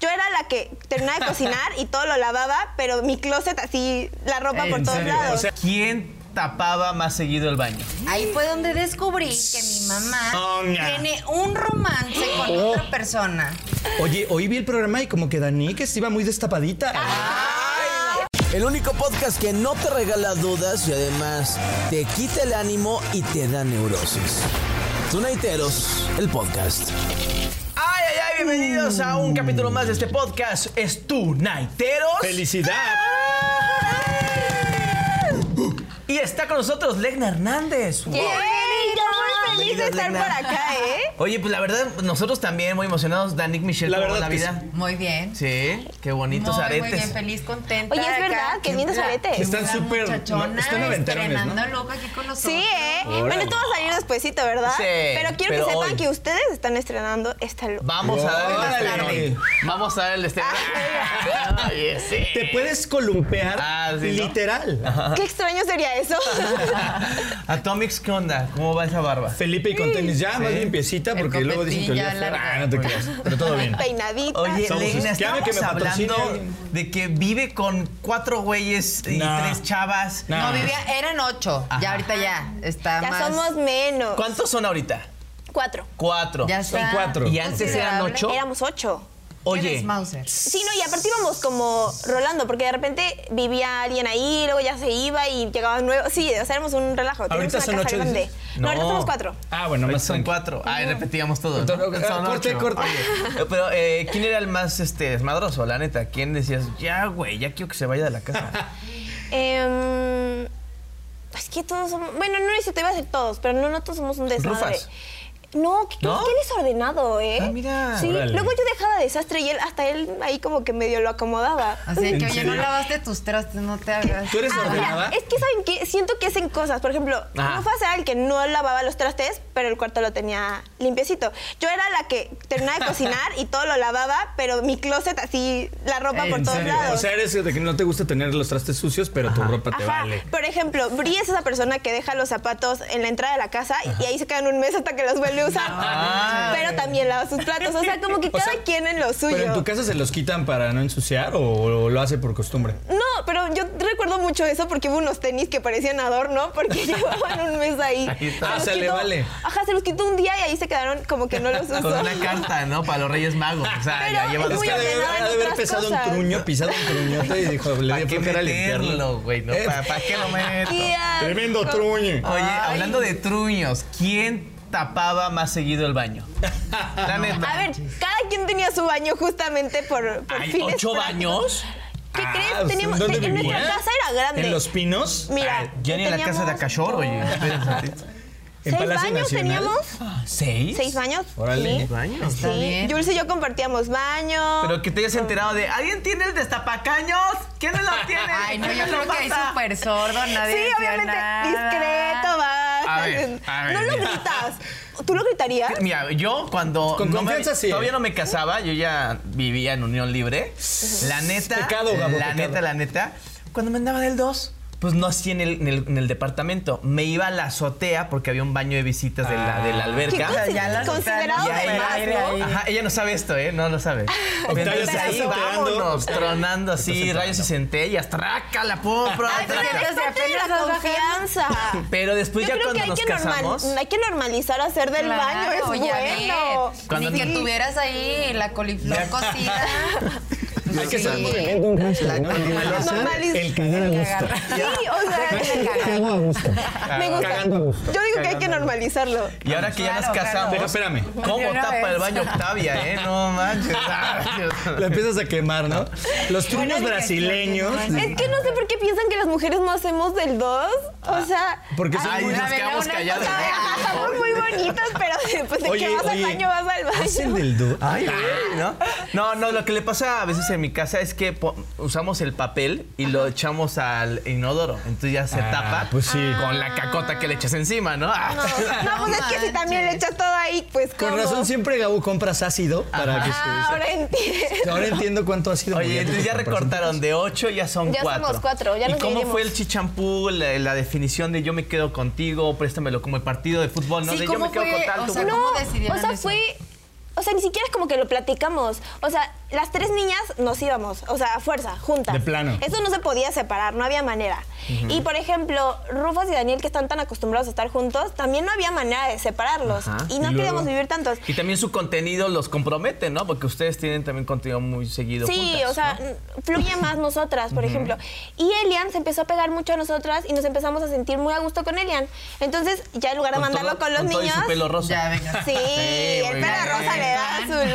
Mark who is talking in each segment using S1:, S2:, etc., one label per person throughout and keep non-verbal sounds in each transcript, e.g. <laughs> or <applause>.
S1: Yo era la que terminaba de cocinar y todo lo lavaba, pero mi closet así, la ropa por
S2: ¿En
S1: todos
S2: serio?
S1: lados.
S2: O sea, ¿quién tapaba más seguido el baño?
S3: Ahí fue donde descubrí que mi mamá
S2: Sonia.
S3: tiene un romance con
S4: Oh.
S3: otra persona.
S4: Oye, hoy vi el programa y como que Dani que se iba muy destapadita.
S2: Ah.
S5: El único podcast que no te regala dudas y además te quita el ánimo y te da neurosis. Tunaiteros, el podcast.
S2: ¡Ay, ay, ay! Bienvenidos a un capítulo más de este podcast. Es tu Naiteros.
S4: ¡Felicidad!
S2: Y está con nosotros Legna Hernández.
S1: ¡Yay! Yo muy feliz de estar por acá, ¿eh?
S2: Oye, pues la verdad, nosotros también muy emocionados. Danik Michelle,
S4: La
S2: ¿cómo va
S4: verdad que
S2: la vida?
S3: Muy bien.
S2: Sí, qué bonitos
S3: muy,
S2: aretes.
S3: muy bien, feliz, contenta.
S1: Oye, es verdad, qué lindos aretes.
S4: Están súper- no, están
S3: Están
S4: noventerones, ¿no?
S3: estrenando loca aquí con los
S1: Sí, ¿eh? Bueno, esto va a salir despuesito, ¿verdad?
S2: Sí,
S1: Pero quiero
S2: pero
S1: que sepan
S2: hoy.
S1: que ustedes están estrenando esta loca.
S2: Vamos a dar el
S4: Órale.
S2: estreno. Vamos a dar el estreno.
S1: Ah.
S2: Oye, sí.
S4: Te puedes columpear
S2: Ah, sí, ¿no?
S4: literal.
S1: Qué extraño sería
S2: <laughs>
S1: eso.
S2: Atomics, ¿qué onda? ¿Cómo va esa barba?
S4: Felipe y con tenis ya, más limpiecita,
S3: El
S4: porque luego dicen que olía
S3: copetilla
S4: feo.
S3: larga.
S4: Ah, no te creas. Pero todo bien.
S1: Peinadita.
S2: Oye,
S4: Somos-
S2: Legna,
S4: Que haga
S2: estamos
S4: que me patrocine
S2: hablando
S4: alguien.
S2: de que vive con cuatro güeyes y
S4: Nah.
S2: tres chavas.
S4: Nah.
S3: No, vivía, eran ocho. Ya ahorita ya está
S1: ya
S3: más.
S1: somos menos.
S2: ¿Cuántos son ahorita?
S1: Cuatro.
S2: Cuatro.
S3: Ya está.
S4: cuatro.
S2: Y antes eran
S3: Considerable.
S2: ocho.
S1: Éramos ocho.
S3: ¿Quién
S2: Oye,
S3: es Mauser?
S1: Sí, no, y aparte íbamos como rolando, porque de repente vivía alguien ahí, luego ya se iba y llegaban nuevos. Sí, o sea, éramos un relajo. Teníamos
S4: Ahorita
S1: una
S4: son
S1: casa
S4: ocho,
S1: grande.
S4: dices.
S1: No, ahorita
S2: No.
S1: somos cuatro.
S4: Ah, bueno, más
S2: son
S4: tranqui.
S2: cuatro. Ay, repetíamos todo. ¿no?
S4: Entonces,
S2: Son
S4: corte,
S2: ocho.
S4: corte.
S2: Oye, Pero, eh, ¿quién era el más este, desmadroso, la neta? ¿Quién decías, ya, güey, ya quiero que se vaya de la <laughs> casa?
S1: Em, es que todos somos. Bueno, no necesito, iba a decir todos, pero no, no todos somos un desmadre.
S2: ¿Rufas?
S1: No, ¿qué,
S2: ¿No?
S1: qué desordenado, ¿eh?
S2: Ah, mira.
S1: Sí,
S4: Órale.
S1: luego yo dejaba desastre y él, hasta él ahí como que medio lo acomodaba.
S3: Así que,
S4: ¿En
S3: oye, no
S4: serio?
S3: lavaste tus trastes, no te hagas.
S4: ¿Tú eres
S1: Ah,
S4: ordenada?
S1: mira, es que saben que siento que hacen cosas. Por ejemplo,
S2: Ajá.
S1: Rufas era el que no lavaba los trastes, pero el cuarto lo tenía limpiecito. Yo era la que terminaba
S4: <laughs>
S1: de cocinar y todo lo lavaba, pero mi closet así, la ropa
S3: ¿En
S1: por todos
S3: serio?
S1: lados.
S4: O sea, eres de que no te gusta tener los trastes sucios, pero tu ropa te
S1: Ajá.
S4: vale.
S1: Por ejemplo, Brie es esa persona que deja los zapatos en la entrada de la casa y ahí se quedan un mes hasta que los vuelve a
S4: <laughs>
S1: usar.
S2: Ah.
S1: Pero también lava sus platos. O sea, como que
S4: O sea,
S1: cada quien en lo suyo.
S4: ¿Pero en tu casa se los quitan para no ensuciar o, o lo hace por costumbre?
S1: No, pero yo recuerdo mucho eso porque hubo unos tenis que parecían adorno porque <laughs> llevaban un mes ahí.
S2: Ahí está.
S1: los
S4: Ah, se le vale.
S1: Ajá, se los quitó un día y ahí se quedaron como que no los usó.
S2: <laughs> Con una carta, ¿no? Para los Reyes Magos. O sea, ya
S1: Pero
S2: lleva
S1: es
S2: dos
S1: muy ordenada.
S2: cartas.
S4: debe
S1: ordenada en otras
S4: pesado
S1: cosas.
S4: un truño, pisado un truñote y dijo, le
S2: ¿Para
S4: dio
S2: qué
S4: flojera limpiarlo.
S2: meterlo, güey? ¿no?
S4: Eh,
S2: ¿Para, para qué lo meto?
S1: Y, ah,
S4: Tremendo
S1: co-
S4: truño.
S2: Oye, hablando de truños, ¿quién tapaba más seguido el
S3: <laughs>
S2: baño? La neta.
S1: A ver, cada quien tenía su baño justamente por, por
S2: ¿Hay
S1: fines
S2: ocho
S1: prácticos.
S2: baños?
S1: ¿Qué
S4: Ah,
S1: crees?
S4: pues,
S1: Teníamos,
S4: ¿dónde
S1: en nuestra
S4: vivían?
S1: casa era grande.
S4: ¿En los pinos?
S1: Mira,
S2: Ah, Ya ni en la casa de
S1: teníamos
S2: Acachor, oye.
S4: ¿En
S1: ¿Seis
S4: Palacio
S1: baños
S4: Nacional?
S1: teníamos?
S4: ¿Seis?
S1: ¿Seis baños?
S4: Órale.
S1: Sí.
S2: baños?
S3: Está
S1: Sí,
S3: bien.
S1: Jules y yo compartíamos baño.
S2: Pero que te hayas enterado de, ¿alguien tiene el destapacaños? ¿Quién lo tiene?
S3: <laughs> Ay,
S4: <laughs>
S3: no, yo
S2: ¿Quién
S3: creo
S2: lo
S3: que ahí
S2: pasa?
S3: súper sordo, nadie
S1: Sí,
S3: decía
S1: obviamente,
S3: nada.
S1: discreto, vas.
S2: A ver, a ver,
S1: no lo
S2: mira.
S1: gritas. ¿Tú lo gritarías?
S2: <laughs> Mira, yo cuando
S4: Con
S2: no me-
S4: confianza, sí. ¿eh?
S2: todavía no me casaba, yo ya vivía en unión libre. La neta,
S4: Pecado, Gabo,
S2: la
S4: pecado.
S2: neta, la neta, cuando me andaba del 2, pues no hacía en el, en, el, en el departamento. Me iba a la azotea porque había un baño de visitas de la, de la
S4: Ah.
S1: ¿Qué
S2: alberca.
S1: consi-
S3: ya las
S1: considerado
S3: están- ya
S1: de
S3: hay
S1: más,
S3: aire
S1: ¿no?
S3: ahí.
S2: Ajá, ella no sabe esto, ¿eh? No
S1: <laughs>
S2: lo sabe.
S4: Octavio
S2: Entonces
S4: se está
S2: ahí
S4: soteando.
S2: vámonos, tronando así, rayos y centellas, traca la
S1: Ah,
S2: popra.
S3: Ay,
S2: traca.
S3: pero-
S1: Es parte de
S3: apenas
S1: la
S3: vas bajando.
S1: confianza.
S2: Pero después
S1: Yo
S2: Pues ya
S1: creo que
S2: cuando
S1: hay
S2: nos
S1: que, normal-
S2: casamos...
S1: hay que normalizar hacer del
S3: Claro,
S1: baño, es
S3: ya
S1: bueno.
S3: ves.
S2: Cuando
S3: Ni que
S2: no-
S3: tuvieras ahí la coliflor
S4: <laughs>
S3: cocida.
S4: Hay que hacer
S3: Sí.
S4: movimiento en casa, ¿no?
S1: Normaliz-
S4: El cagar a gusto. <laughs>
S1: Sí, o sea,
S4: Cago a gusto.
S1: me gusta.
S4: Cagando a gusto.
S1: Yo digo que hay que normalizarlo.
S2: Y ahora que ya nos
S3: Claro, claro.
S2: casamos.
S4: Deja, espérame.
S2: ¿Cómo
S3: De una
S2: tapa
S3: vez.
S2: el baño Octavia, eh? No
S3: <laughs>
S2: manches. ay, Dios.
S4: La empiezas a quemar, ¿no? Los truños
S3: diga,
S4: brasileños.
S3: sí, sí,
S1: Es que no sé por qué piensan que las mujeres no hacemos del dos. O sea,
S4: Porque son
S2: Ay,
S4: muy-
S2: nos
S3: verdad,
S2: quedamos
S3: una
S1: o
S2: callados.
S1: sea, ajá, somos muy bonitas, pero después de que vas al baño, vas al baño.
S4: ¿Hacen del do?
S2: Ay, güey, ¿no? No, no, lo que le pasa a veces en mi casa es que po- usamos el papel y lo echamos al inodoro. Entonces ya se
S4: Ah,
S2: tapa
S4: pues sí.
S2: con
S3: Ah.
S2: la cacota que le echas encima, ¿no? Ah.
S1: No, pues es que si también le echas todo ahí, pues
S4: Con
S1: ¿cómo?
S4: razón siempre Gabo compras ácido para que
S1: Ah, ahora entiendo.
S4: se- Ahora entiendo cuánto ácido.
S2: Oye, entonces ya recortaron de ocho, ya son
S1: Ya
S2: cuatro.
S1: somos cuatro, ya
S2: ¿Y
S1: nos
S2: cómo
S1: dividimos.
S2: fue el chichampú, la, la definición de yo me quedo contigo, préstamelo como el partido de fútbol, ¿no?
S3: Sí,
S2: de yo
S3: ¿cómo
S2: me quedo
S3: fue?
S2: con tal,
S3: O
S2: tú
S3: sea,
S2: con-
S3: ¿cómo decidieron
S1: o sea,
S3: eso?
S1: fue... O sea, ni siquiera es como que lo platicamos. O sea, las tres niñas nos íbamos, o sea, a fuerza, juntas.
S4: De plano.
S1: Eso no se podía separar, no había manera. Y por ejemplo, Rufus y Daniel, que están tan acostumbrados a estar juntos, también no había manera de separarlos.
S2: Ajá.
S1: Y no
S4: Y
S1: queríamos
S4: luego-
S1: vivir tantos.
S2: Y también su contenido los compromete, ¿no? Porque ustedes tienen también contenido muy seguido.
S1: Sí,
S2: juntas,
S1: o sea,
S2: ¿no?
S1: n- fluye más nosotras, por ejemplo. Y Elian se empezó a pegar mucho a nosotras y nos empezamos a sentir muy a gusto con Elian. Entonces, ya en lugar de
S2: Con
S1: mandarlo
S2: todo-
S1: con los
S2: todo y
S1: niños.
S2: su pelo rosa.
S3: Ya, venga.
S1: Sí, el
S2: muy
S1: pelo
S2: bien.
S1: rosa le da su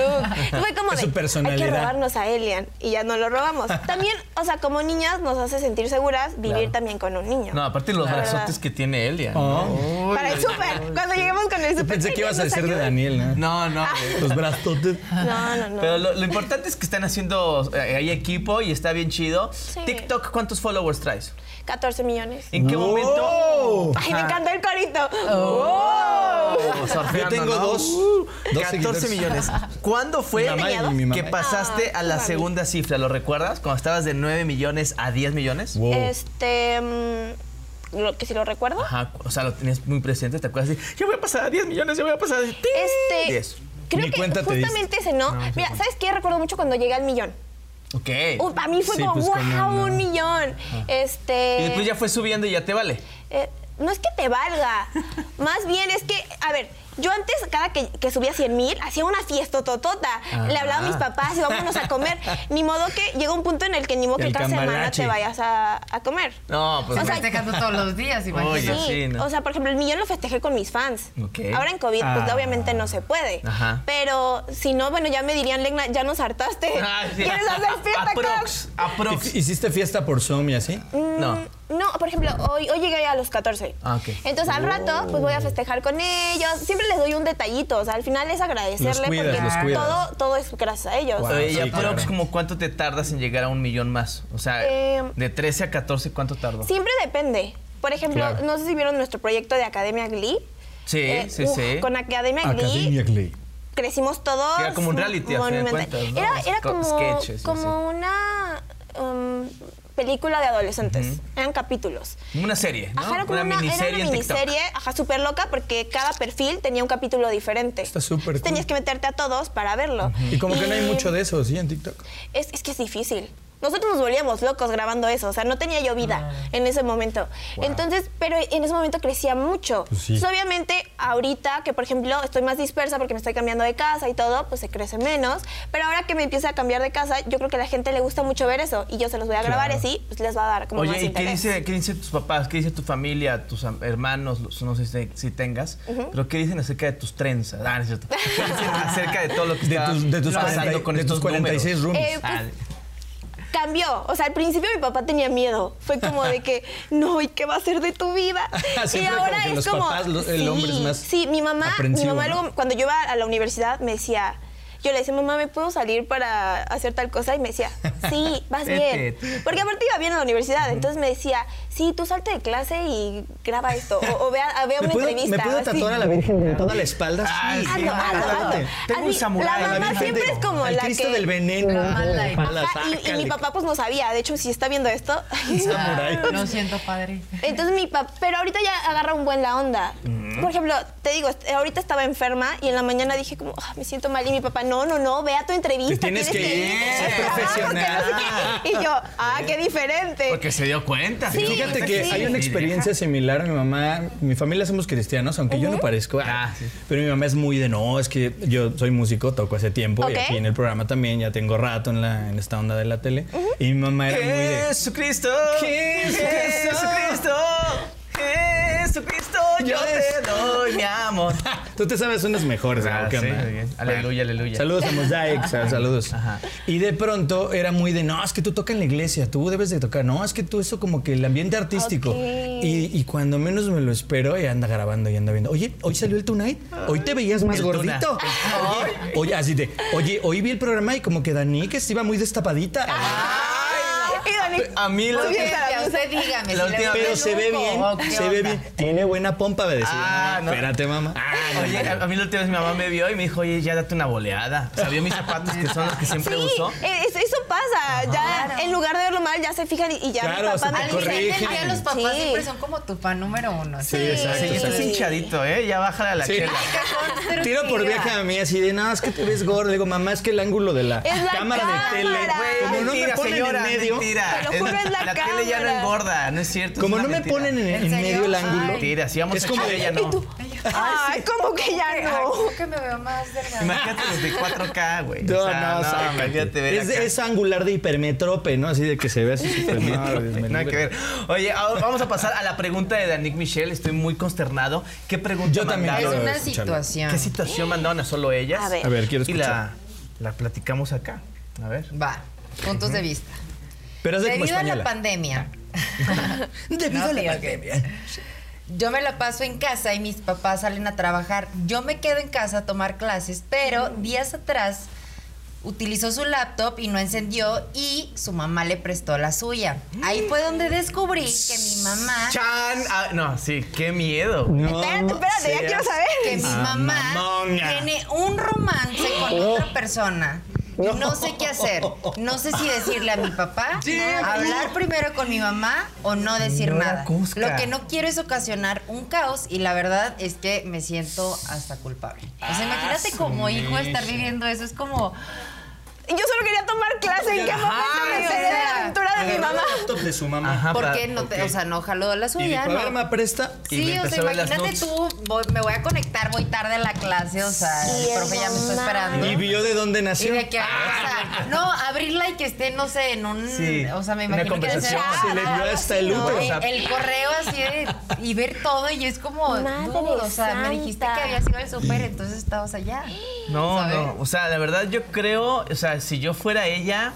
S1: look. Fue como
S4: Es
S1: de,
S4: su personalidad.
S1: hay que robarnos a Elian y ya no lo robamos. También, o sea, como niñas nos hace sentir seguras vivir también con un niño.
S2: No, aparte los
S1: La verdad.
S2: brazotes que tiene Elia.
S4: Oh.
S2: Uy,
S1: Para el súper, cuando lleguemos con el súper.
S4: Pensé que ibas
S1: nos
S4: a decir de
S1: ayuda.
S4: Daniel, ¿no?
S2: No, no. güey.
S4: Los brazos.
S1: No, Ah, no,
S4: <laughs>
S1: no.
S2: Pero lo, lo importante es que están haciendo, eh, hay equipo y está bien chido. TikTok, ¿cuántos followers traes?
S1: 14 millones.
S2: ¿En qué momento?
S1: Ay, me encantó el corito.
S2: Oh, surfeando,
S4: Yo tengo
S2: ¿no?
S4: dos-
S2: Uh,
S4: dos
S2: 14
S4: seguidores.
S2: millones. <laughs> ¿Cuándo fue
S4: Mi mamá y mi mamá.
S2: que pasaste a la
S1: mami.
S2: segunda cifra? ¿Lo recuerdas? Cuando estabas de 9 millones a 10 millones.
S4: Wow.
S1: Este. mm, lo que si lo recuerdo.
S2: Ajá, o sea, lo tenías muy presente, ¿te acuerdas? De, yo voy a pasar a 10 millones, yo voy a pasar a 10.
S1: Este. Creo
S4: Ni
S1: que
S4: cuenta te diste.
S1: justamente ese, ¿no? Mira, ¿sabes qué? Recuerdo mucho cuando llegué al millón.
S2: Ok.
S1: para Uh, mí fue
S4: Sí,
S1: como,
S4: pues,
S1: wow,
S4: ¿cómo no?
S1: un millón. Este.
S2: Y después ya fue subiendo y ya te vale.
S1: eh, no es que te valga.
S2: <laughs>
S1: Más bien es que, a ver, yo antes, cada que, que subía 100 mil, hacía una fiesta totota. Le hablaba a mis papás y vámonos a
S2: <laughs>
S1: comer. Ni modo que llega un punto en el que ni modo que
S4: El
S1: cada semana
S4: cambalache.
S1: te vayas a, a comer.
S2: No, pues
S1: O sea,
S3: Festejando todos los días,
S2: Oye,
S3: imagínate.
S1: Sí,
S2: sí, ¿no?
S1: o sea, por ejemplo, el millón lo festejé con mis fans.
S2: Ok.
S1: Ahora en COVID, pues
S4: Ah.
S1: obviamente no se puede.
S2: Ajá.
S1: Pero si no, bueno, ya me dirían, Legna, ya nos hartaste.
S2: <laughs> Ah, sí.
S1: ¿Quieres hacer fiesta,
S2: Aprox, aprox.
S4: ¿Hiciste fiesta por Zoom y así?
S1: Carl?
S2: No.
S1: Mm, No, por ejemplo, hoy, hoy llegué a los 14.
S2: Ah, ok. Oh.
S1: Entonces al rato, pues voy a festejar con ellos. Siempre les doy un detallito. O sea, al final es agradecerle
S4: Los cuidas,
S1: porque
S4: los cuidas.
S1: todo, todo es gracias a ellos.
S4: Guau.
S2: Oye,
S4: Sí,
S2: ya, pero
S4: claro.
S2: como cuánto te tardas en llegar a un millón más? O sea,
S1: Eh,
S2: de 13 a 14, ¿cuánto tardó?
S1: Siempre depende. Por ejemplo,
S4: Claro.
S1: no sé si vieron nuestro proyecto de Academia Glee. Eh,
S2: Sí, sí,
S1: uf,
S2: sí.
S1: Con Academia Glee.
S4: Academia Clay.
S1: crecimos todos.
S2: Era como un reality, al final de
S1: monumental.
S2: cuentas, ¿no?
S1: Era, era
S2: Co-
S1: como,
S2: sketches y
S1: como una um, película de adolescentes. Eran capítulos.
S2: Una serie, ¿no?
S1: Ajá, era como una, era una
S2: en TikTok.
S1: miniserie, ajá, súper loca, porque cada perfil tenía un capítulo diferente.
S4: Está súper
S1: Entonces Tenías
S4: cool.
S1: que meterte a todos para verlo.
S4: Y como que no hay mucho de eso, ¿sí? En TikTok.
S1: Es, es que es difícil. Nosotros nos volvíamos locos grabando eso, o sea, no tenía yo vida
S2: Ah.
S1: en ese momento. Entonces, pero en ese momento crecía mucho.
S4: Pues sí.
S1: Entonces, obviamente, ahorita que, por ejemplo, estoy más dispersa porque me estoy cambiando de casa y todo, pues se crece menos. Pero ahora que me empieza a cambiar de casa, yo creo que a la gente le gusta mucho ver eso y yo se los voy a grabar y así, pues les va a dar como más
S2: Oye, ¿y qué
S1: interés.
S2: dice, qué dicen tus papás? ¿Qué dice tu familia, tus am- hermanos? los- No sé si, si tengas, pero ¿qué dicen acerca de tus trenzas? Ah, no es cierto. ¿Qué dicen acerca de todo lo que
S4: De
S2: está
S4: tus, de tus,
S2: pasando
S4: 40 y-
S2: con
S4: de tus
S2: estos
S4: 46
S2: números?
S4: roomies.
S1: Eh,
S2: Ah,
S1: cambió. O sea, al principio mi papá tenía miedo. Fue como de
S4: <laughs>
S1: que, no, ¿y qué va a ser de tu vida? y
S4: Siempre
S1: ahora
S4: como que
S1: es
S4: los
S1: como.
S4: papás, los- el hombre es más
S1: Sí, mi mamá, mi
S4: aprensivo,
S1: mamá
S4: ¿no?
S1: luego, cuando yo iba a la universidad me decía. Yo le decía, mamá, ¿me puedo salir para hacer tal cosa? Y me decía, sí, vas bien.
S2: Vete.
S1: Porque aparte iba bien a la universidad. Entonces me decía, sí, tú salte de clase y graba esto. O, o vea, vea una entrevista.
S4: ¿Me puedo
S1: así.
S4: tatuar a la Virgen de toda la espalda?
S2: Ay, sí,
S1: Hazlo, hazlo,
S2: adelante.
S1: hazlo.
S2: Tengo
S1: A
S2: un
S1: mí,
S2: samurái.
S1: La mamá
S2: adelante.
S1: siempre es como
S4: Al
S1: la
S4: Cristo
S1: que...
S4: del veneno.
S3: La mala y-
S4: Mala,
S1: Ajá, y- y,
S4: sácale.
S1: mi papá pues no sabía. De hecho, si está viendo
S4: <laughs>
S1: esto.
S4: Samurái.
S3: Lo siento, padre.
S1: Entonces mi papá, pero ahorita ya agarra un buen la onda. Por ejemplo, te digo, est- ahorita estaba enferma y en la mañana dije como, "Ah, me siento mal y mi papá, no, no, no, ve a tu entrevista.
S4: Te tienes que
S1: <laughs>
S4: ir,
S1: es
S4: sé
S1: trabajo, que no sé
S4: profesional.
S1: qué". Y yo, ah, qué diferente.
S2: Porque se dio cuenta.
S1: Sí,
S4: Fíjate que
S1: sí.
S4: hay una experiencia similar. Mi mamá, mi familia somos cristianos, aunque yo no parezco.
S2: Ah, sí.
S4: Pero mi mamá es muy de no, es que yo soy músico, toco hace tiempo
S1: Ok.
S4: y aquí en el programa también ya tengo rato en, la, en esta onda de la tele. Y mi mamá era muy de.
S2: Jesucristo.
S4: Jesucristo.
S2: Jesucristo. Jesucristo, yo
S4: Yes.
S2: te doy mi amor.
S4: Tú te sabes unas mejores, ¿no? ¿Qué
S2: Ah, sí,
S4: onda?
S2: muy bien. Aleluya, aleluya.
S4: Saludos a Mosaic, sal- saludos.
S2: <laughs> Ajá.
S4: Y de pronto era muy de, no, es que tú tocas en la iglesia, tú debes de tocar, no, es que tú eso como que el ambiente artístico.
S1: Ok.
S4: Y, y cuando menos me lo espero, eh, anda grabando y anda viendo, oye, hoy salió el Tonight, hoy te veías más
S2: El
S4: gordito. Oye, oye, así de, oye, hoy vi el programa y como que Dani que iba muy destapadita.
S2: Ah,
S1: Y Dani,
S4: Ah,
S2: A mí lo
S1: muy bien,
S2: que-
S1: Dani.
S3: Ya usted dígame.
S2: La
S3: si le
S2: última-
S3: veo
S4: Pero se ve
S3: peluco
S4: bien,
S3: o qué
S4: se ve
S3: onda.
S4: bien. Tiene buena pompa, me decía.
S2: Ah, no.
S4: Espérate, mamá.
S2: Ah, Oye, a a mí la última vez mi mamá me vio y me dijo, oye, ya date una boleada. O sea, vio mis zapatos que son los que siempre
S1: Sí,
S2: uso.
S1: es, es un pasa. Ya en lugar de verlo mal, ya se fijan y, y ya
S4: Claro,
S1: mi
S4: se
S1: papá
S4: te
S1: me
S3: Al
S1: dice,
S4: corrige.
S3: final del día los papás
S1: Sí.
S3: siempre son como tu fan número uno.
S4: Sí, exacto.
S2: Sí, estás
S4: exacto.
S2: hinchadito, ¿eh? Ya bájale a la
S4: Sí.
S2: chela.
S4: Tiro por viaje a mí así de nada, es que te ves gordo. Le digo, mamá, es que el ángulo de la,
S1: Es la
S4: cámara de tele.
S1: cámara.
S2: Güey,
S4: Como no me
S2: mentira,
S4: ponen
S2: señora,
S4: en medio.
S2: mentira.
S1: Te lo juro, es la
S2: tele ya no
S1: cámara.
S2: engorda, no es cierto.
S4: Como
S2: es
S4: no
S2: una
S4: me
S2: mentira.
S4: ponen en,
S3: ¿En
S4: en
S3: serio?
S4: medio el
S3: Ay.
S4: ángulo.
S2: Mentira, si vamos
S4: Es
S2: a
S4: como
S2: echarle,
S4: de-
S2: ya no.
S1: Ay, como que ya no.
S3: Creo que me veo más delgada.
S2: Imagínate los de 4K, güey.
S4: No,
S2: O sea,
S4: no, sácate.
S2: imagínate ver
S4: es,
S2: acá.
S4: es angular de hipermetrope, ¿no? Así de que se ve así supermetrope.
S2: Nada que ver. Oye, ahora vamos a pasar a la pregunta de Danick Michelle. Estoy muy consternado. ¿Qué pregunta
S4: Yo también
S2: mandaron?
S3: Es
S4: quiero
S3: una
S4: escucharlo.
S3: situación.
S2: ¿Qué situación mandaron a solo ellas?
S1: A ver.
S4: A ver, quiero
S2: Y
S4: escuchar.
S2: la, la platicamos acá. A ver.
S3: Va, puntos de vista.
S4: Pero es de como
S3: Debido a la
S4: española.
S3: pandemia,
S4: <laughs> Debido
S3: No,
S4: a la
S3: tío,
S4: pandemia.
S3: yo me la paso en casa y mis papás salen a trabajar. Yo me quedo en casa a tomar clases, pero días atrás utilizó su laptop y no encendió y su mamá le prestó la suya. Ahí fue donde descubrí que mi mamá,
S2: Chan. ah, no, sí, qué miedo.
S4: No.
S1: Espérate, espérate, ya
S2: sí.
S1: quiero saber.
S3: que mi
S4: Ah,
S3: mamá
S4: mamona.
S3: tiene un romance con otra persona. Y No sé qué hacer. No sé si decirle a mi
S2: <laughs>
S3: papá, hablar primero con mi mamá o no decir
S2: No,
S3: nada.
S2: Cusca.
S3: Lo que no quiero es ocasionar un caos y la verdad es que me siento hasta culpable. O
S2: Ah,
S3: sea, imagínate como hijo estar viviendo eso. Es como,
S1: Yo solo quería tomar clase. ¿En qué
S2: Ajá,
S1: momento me
S3: o
S1: enteré de la
S3: sea,
S1: aventura de mi
S4: Agarró
S1: mamá?
S4: el laptop de su mamá.
S2: Ajá,
S3: ¿por
S2: Ah, pa-
S3: qué no te,
S2: ok.
S3: o sea, no jaló la
S4: Y
S3: suya?
S4: dijo, a ver,
S3: No.
S4: me presta.
S2: Y
S3: Sí,
S2: me
S3: o sea,
S2: empezó a ver las
S3: imagínate
S2: nudes.
S3: tú, voy- me voy a conectar, voy tarde a la clase, o sea,
S1: Sí,
S3: el profe ya me está
S1: mamá.
S3: esperando.
S4: Y vio de dónde nació.
S3: Y de que, o sea, no, abrirla y que esté, no sé, en un.
S2: Sí,
S3: o sea, me
S2: una
S3: imagino que debe ser-
S2: conversación.
S4: Se le vio hasta el
S1: No,
S4: útero.
S3: Oye,
S2: WhatsApp.
S3: el correo así de, y ver todo y es como,
S1: Madre
S3: no, o sea, me dijiste que
S1: santa.
S3: había sido el súper, entonces estabas allá.
S2: No,
S3: ¿sabes?
S2: no. O sea, la verdad yo creo, o sea, si yo fuera ella.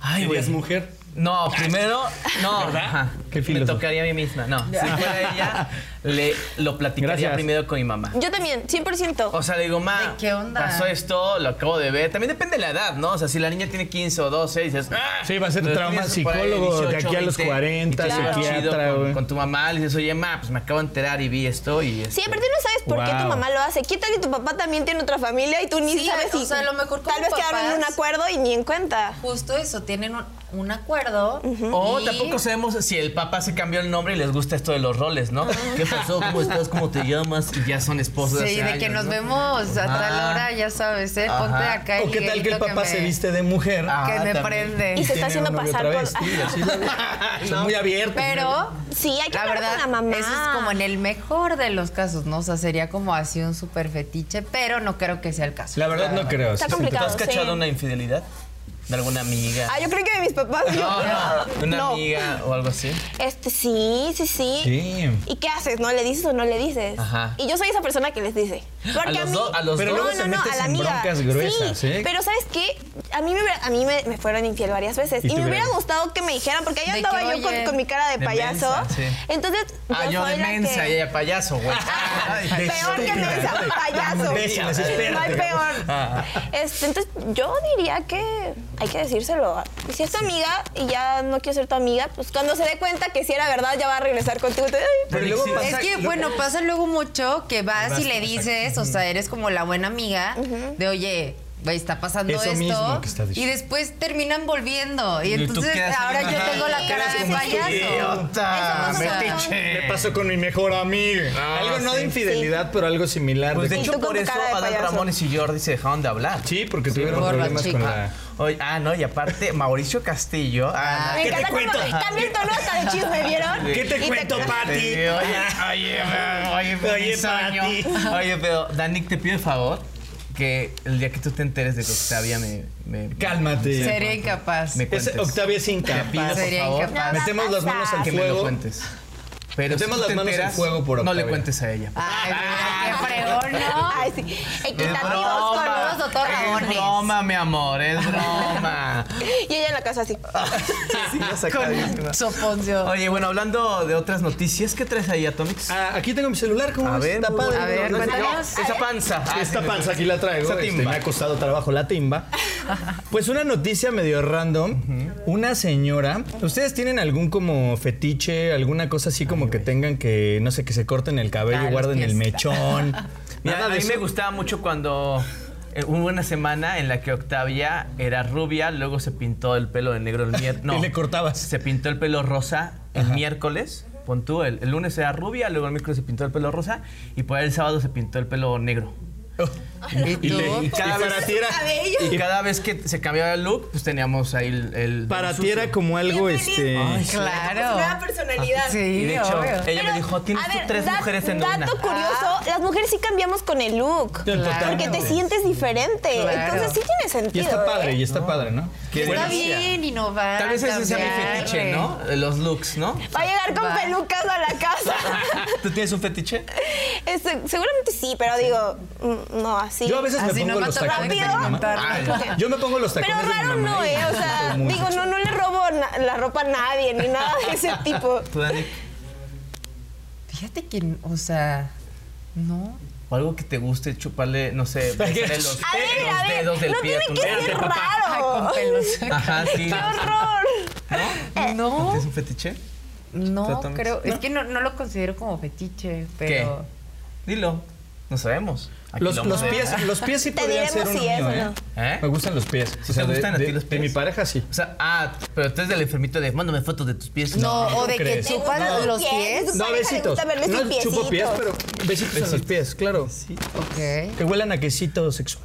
S2: Ay, güey.
S4: ¿Eres mujer?
S2: No, primero, no.
S4: ¿Verdad?
S2: ajá.
S4: Qué
S2: me
S4: filósofo.
S2: tocaría a mí misma. No, si fuera ella, le, lo platicaría
S4: Gracias.
S2: primero con mi mamá.
S1: Yo también, 100%.
S3: Oh.
S2: O sea, le digo, ma,
S3: ¿De qué onda?
S2: pasó esto, lo acabo de ver. También depende de la edad, ¿no? O sea, si la niña tiene 15 o 12, dices, "Ah".
S4: Sí, va a ser
S2: Pero
S4: trauma
S2: tienes por ahí
S4: psicólogo de aquí a los 40,
S2: y te llevas
S4: psiquiatra,
S2: chido
S4: güey.
S2: Con, con tu mamá le dices, oye, ma, pues me acabo de enterar y vi esto y... este,
S1: Sí, pero tú no sabes por qué tu
S4: Wow.
S1: mamá lo hace. ¿Qué tal que tu papá también tiene otra familia y tú ni
S3: Sí,
S1: sabes
S3: o
S1: si
S3: sea, a lo mejor como
S1: tal vez quedaron en un
S3: papás-
S1: acuerdo y ni en cuenta?
S3: Justo eso, tienen un, un acuerdo.
S2: O
S3: y-
S2: Oh, tampoco sabemos si el papá se cambió el nombre y les gusta esto de los roles,
S3: <laughs>
S2: ¿no? ¿Qué pasó? ¿Cómo estás? ¿Cómo te llamas? Y ya son esposos.
S3: Sí,
S2: hace
S3: de que
S2: años,
S3: nos
S2: ¿no?
S3: vemos a tal
S2: Ah.
S3: hora, ya sabes, ¿eh? Ponte
S2: Ajá.
S3: acá.
S4: ¿O qué tal que el
S3: grito
S4: papá se
S3: me-
S4: viste de mujer?
S2: Ah,
S3: Que me
S2: también.
S3: prende.
S1: Y se está
S4: Tiene
S1: haciendo
S4: un novio
S1: pasar
S4: otra
S1: por.
S4: vez. Sí, así lo veo. Son muy abiertos.
S3: Pero
S1: Sí, hay que
S3: la
S1: hablar
S3: verdad,
S1: con la mamá.
S3: eso es como en el mejor de los casos, ¿no? O sea, sería como así un super fetiche, pero no creo que sea el caso.
S4: La verdad no creo.
S1: Está
S4: sí.
S2: ¿Tú
S1: complicado.
S2: has cachado
S1: sí.
S2: una infidelidad? ¿De alguna amiga?
S1: Ah, yo creo que de mis papás. yo-
S2: No, no, de una
S1: No.
S2: amiga o algo así.
S1: Este, sí, sí, sí.
S4: Sí.
S1: ¿Y qué haces? ¿No le dices o no le dices?
S2: Ajá.
S1: Y yo soy esa persona que les dice. Porque
S2: <gasps> ¿A los dos? ¿A los
S4: Pero
S2: dos?
S4: luego
S1: no,
S4: se
S1: no, no,
S4: metes
S1: a la
S4: en
S1: amiga.
S4: broncas gruesas,
S1: sí,
S4: ¿eh?
S1: Pero ¿sabes qué? A mí me, hubiera- a mí me, me fueron infiel varias veces.
S4: Y
S1: Y,
S4: te
S1: me hubiera
S4: hubieran-
S1: gustado que me dijeran, porque ahí
S3: De
S1: andaba
S3: que,
S1: yo con,
S3: oye,
S1: con mi cara de
S2: de
S1: payaso.
S2: mensa, sí.
S1: Entonces,
S2: Ah, yo
S1: soy
S2: de
S1: la
S2: mensa
S1: que-
S2: y ella payaso, güey.
S1: <laughs>
S2: Ay,
S1: Peor que
S4: estúpida.
S1: mensa, payaso.
S4: Imbéciles,
S1: No hay
S4: espérate. Ah,
S1: peor. Este, entonces, yo diría que hay que decírselo. Si es tu amiga y ya no quiero ser tu amiga, pues cuando se dé cuenta que si era verdad, ya va a regresar contigo. y te- pues, ay,
S4: Pero luego pasa-
S3: Es que, bueno, pasa luego mucho que vas
S4: Vas,
S3: y le
S4: exacto.
S3: dices, o sea, eres como la buena amiga de, oye, güey, está pasando
S4: Eso
S3: esto.
S4: mismo que está
S3: y
S4: diciendo.
S3: después terminan volviendo. Y,
S2: Y tú
S3: entonces
S2: quedas ahí,
S3: ahora yo
S2: ajá,
S3: tengo la cara
S4: quedas
S3: de
S4: como
S3: payaso.
S2: ¡Idiota!
S3: Eso pasa.
S2: ¡Metiche!
S4: Me pasó con mi mejor amigo. algo no de infidelidad, pero algo similar.
S2: Ah, Pues de
S1: tú
S4: De-
S2: hecho,
S1: con
S2: por
S1: tu
S2: eso
S1: cara de
S2: Adán
S1: payaso.
S2: Ramones y Jordi se dejaron de hablar.
S4: sí, porque tuvieron
S3: por la
S4: problemas
S3: chica.
S4: con la.
S2: Oye, ah, no, y aparte, Mauricio Castillo. Ah,
S1: Me
S4: ¿Qué te
S1: encanta cómo
S4: cuento?
S1: cambia el tono hasta de chisme, ¿vieron?
S4: ¿Qué te
S1: Y
S4: cuento, Pati?
S2: Oye, <laughs> oye, oye, oye,
S4: Oye,
S2: sueño.
S4: Pati.
S2: Oye, pero, Danik, te pido el favor que el día que tú te enteres de que Octavia me. me
S4: Cálmate.
S3: Sería incapaz.
S2: Me-
S4: Es-
S2: cuentes.
S4: Octavia es
S2: Te pido,
S4: incapaz.
S2: por
S3: Sería
S2: favor,
S3: incapaz.
S4: Metemos las manos al
S2: que me lo
S4: fuego.
S2: cuentes. Pero
S4: Metemos
S2: tú
S4: las
S2: te
S4: manos al
S2: enteras,
S4: fuego por
S2: No le
S4: Octavia.
S2: cuentes a ella.
S3: Ay, mira, qué
S1: <laughs>
S3: fregón, ¿no?
S1: Ay, sí. Equitativos con
S2: broma,
S1: unos
S3: los doctor
S2: es
S3: Ramones.
S2: broma, mi amor, es
S3: <laughs>
S2: broma.
S1: Y ella en la casa así.
S2: Sí, ya <laughs> sacadísima.
S3: Soponcio.
S2: Oye, bueno, hablando de otras noticias, ¿qué traes ahí, Atomics?
S4: Ah, aquí tengo mi celular, ¿cómo
S2: A
S4: ves?
S2: ver,
S4: Está padre.
S3: a ver,
S4: No, no, no.
S3: cuéntanos.
S2: esa panza. Ah,
S4: Esta
S2: sí,
S4: panza aquí la traigo,
S2: Esa
S4: este,
S2: timba.
S4: me ha costado trabajo la timba. Pues una noticia medio random. Una señora, ¿ustedes tienen algún como fetiche, alguna cosa así como que tengan que, no sé, que se corten el cabello,
S3: Ah, los
S4: guarden
S2: <laughs>
S4: el
S3: pies.
S4: mechón?
S2: Mira,
S4: Nada
S2: a
S4: de
S2: mí
S4: eso.
S2: me gustaba mucho cuando eh, hubo una semana en la que Octavia era rubia, luego se pintó el pelo de negro el
S4: <laughs>
S2: miércoles.
S4: Y le cortabas.
S2: Se pintó el pelo rosa el miércoles. Pon tú, el, el lunes era rubia, luego el miércoles se pintó el pelo rosa y por ahí el sábado se pintó el pelo negro.
S4: Y, le- Oh. y
S2: cada vez-
S4: para ti era,
S1: Cabello.
S2: Y cada vez que se cambiaba el look, pues teníamos ahí el. el-
S4: para
S2: el
S4: ti era
S2: sucio.
S4: como algo,
S1: Bien feliz.
S4: este...
S2: Ay,
S1: Su nueva
S3: Claro.
S1: personalidad.
S3: Sí,
S2: Y de hecho,
S3: obvio.
S2: ella me dijo: Tienes
S1: a
S2: tú
S1: ver,
S2: tres
S1: da-
S2: mujeres en
S1: dato
S2: una.
S1: curioso, las mujeres sí cambiamos con el look.
S4: Totalmente.
S1: Porque te sientes diferente.
S3: Claro.
S1: Entonces sí tiene
S4: Y
S1: sentido.
S4: está padre,
S1: ¿eh?
S4: y está padre, ¿no?
S2: Qué
S4: Bueno,
S3: Está
S2: Bueno,
S3: bien innovar.
S2: Tal vez ese sea mi fetiche, ¿no? Eh, Los looks, ¿no?
S1: Va a llegar con
S3: Va.
S1: pelucas a la casa. <laughs>
S2: ¿Tú tienes un fetiche?
S1: Este, seguramente sí, pero digo, mm, no, así.
S4: Yo a veces me
S3: Así
S4: pongo
S3: no me ha
S4: los tacones de mi
S1: tocado
S4: mamá.
S3: experimentar.
S4: Yo me pongo los
S1: pero
S4: tacones de mi
S1: raro
S4: mamá
S1: no,
S4: y-
S1: ¿eh? O sea,
S4: Muy
S1: digo, no, no le robo na- la ropa a nadie, ni nada de ese tipo.
S2: ¿Tú, Dani?
S3: Fíjate que, o sea, no.
S2: O algo que te guste chuparle, no
S4: <laughs>
S2: sé, besarle los,
S1: A ver,
S2: los
S1: a ver,
S2: dedos del
S1: no
S2: pie. a
S1: tiene
S2: tu novia.
S1: que ser
S2: Oh.
S3: Ay, con
S1: raro.
S3: pelos.
S2: Ajá, sí.
S1: ¡Qué horror! Eh,
S2: ¿No
S3: No,
S2: ¿Tienes un fetiche?
S3: no
S2: Tratamos-
S3: creo. Es
S2: ¿no?
S3: que no, no lo considero como fetiche, pero.
S2: Dilo. No sabemos. Aquí
S4: Los,
S2: lo
S4: los
S2: vamos a ver.
S4: pies, los pies sí
S1: Te
S4: podrían
S1: diremos
S4: ser uno
S1: si es
S4: mío,
S1: o
S4: ¿eh?
S1: no.
S2: ¿Eh?
S4: Me gustan los pies.
S2: ¿Sí te gustan a
S4: de,
S2: ti los
S4: de
S2: pies?
S4: mi pareja sí.
S2: O sea, ah, pero tú eres del enfermito de mándame fotos de tus pies.
S3: No, o de
S4: crees.
S3: que chupan
S1: No,
S3: los
S1: ¿quién?
S3: pies.
S1: Su pareja
S4: No,
S1: le
S4: besitos.
S1: gusta verle sus
S4: No chupo pies,
S1: piecitos.
S4: pero besitos en los pies, claro.
S3: Ok.
S4: Que huelan a quesito sexual.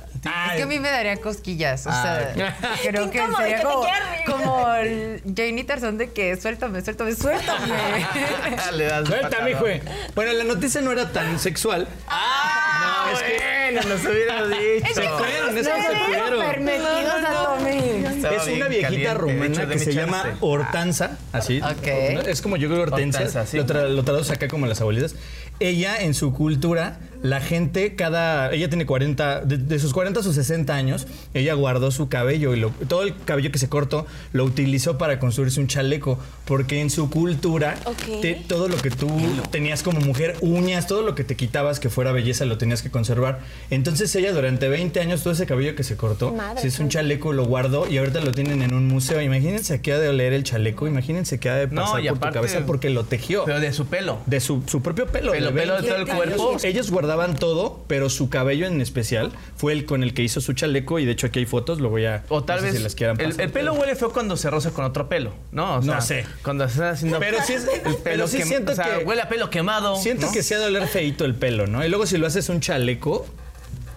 S3: Es que a mí me daría cosquillas, o
S2: Ah.
S3: sea, <laughs> creo
S1: Qué
S3: que
S1: incómodo, que
S3: sería
S1: te
S3: como,
S1: quieran revivir.
S3: como el Janie Tarzón de que suéltame, suéltame,
S1: <laughs>
S3: <laughs> suéltame.
S2: <laughs> Le das un
S4: Suelta,
S2: patadón.
S4: mijo. Bueno, la noticia no era tan sexual.
S2: Ah, no, es que no nos hubiera dicho.
S4: Se fueron, <laughs> es que se fueron.
S3: Permitidos a Tommy.
S2: Estaba
S4: Es una
S2: bien
S4: viejita
S2: caliente, de hecho,
S4: rumana
S2: de
S4: que
S2: mi
S4: se
S2: chance.
S4: llama Hortanza, así.
S3: Ok.
S4: Es como yo creo Hortensia.
S2: Hortensia, Ah, sí.
S4: Lo, tra- lo traduce acá como las abuelitas. Ella, en su cultura, la gente cada... Ella tiene 40... De, de sus 40 a sus 60 años, ella guardó su cabello y lo- todo el cabello que se cortó lo utilizó para construirse un chaleco. Porque en su cultura,
S1: Ok.
S4: te- todo lo que tú tenías como mujer, uñas, todo lo que te quitabas que fuera belleza, lo tenías que conservar. Entonces ella durante 20 años, todo ese cabello que se cortó,
S1: Madre
S4: se hizo un chaleco, lo guardó y ahorita lo tienen en un museo. Imagínense que ha de oler el chaleco, imagínense que ha de
S2: No,
S4: pasar
S2: y
S4: por
S2: aparte-
S4: tu cabeza porque lo tejió.
S2: Pero de su pelo.
S4: De su, su propio pelo.
S2: Pelo, pelo de todo el
S4: 20
S2: cuerpo.
S4: años. Ellos guardaban todo, pero su cabello en especial fue el con el que hizo su chaleco y de hecho aquí hay fotos, lo voy a...
S2: O tal
S4: no sé
S2: vez
S4: si las quieran
S2: el,
S4: pasar,
S2: el pelo
S4: pero-
S2: huele feo cuando se roza con otro pelo, ¿no? O
S4: No
S2: sea,
S4: sé.
S2: Cuando se está haciendo
S4: Pero sí es-
S2: el
S4: pero sí
S2: quem-
S4: siento
S2: o sea,
S4: que-
S2: huele a pelo quemado.
S4: Siento
S2: ¿no?
S4: que se ha de oler feito el pelo, ¿no? Y luego si lo haces un chaleco,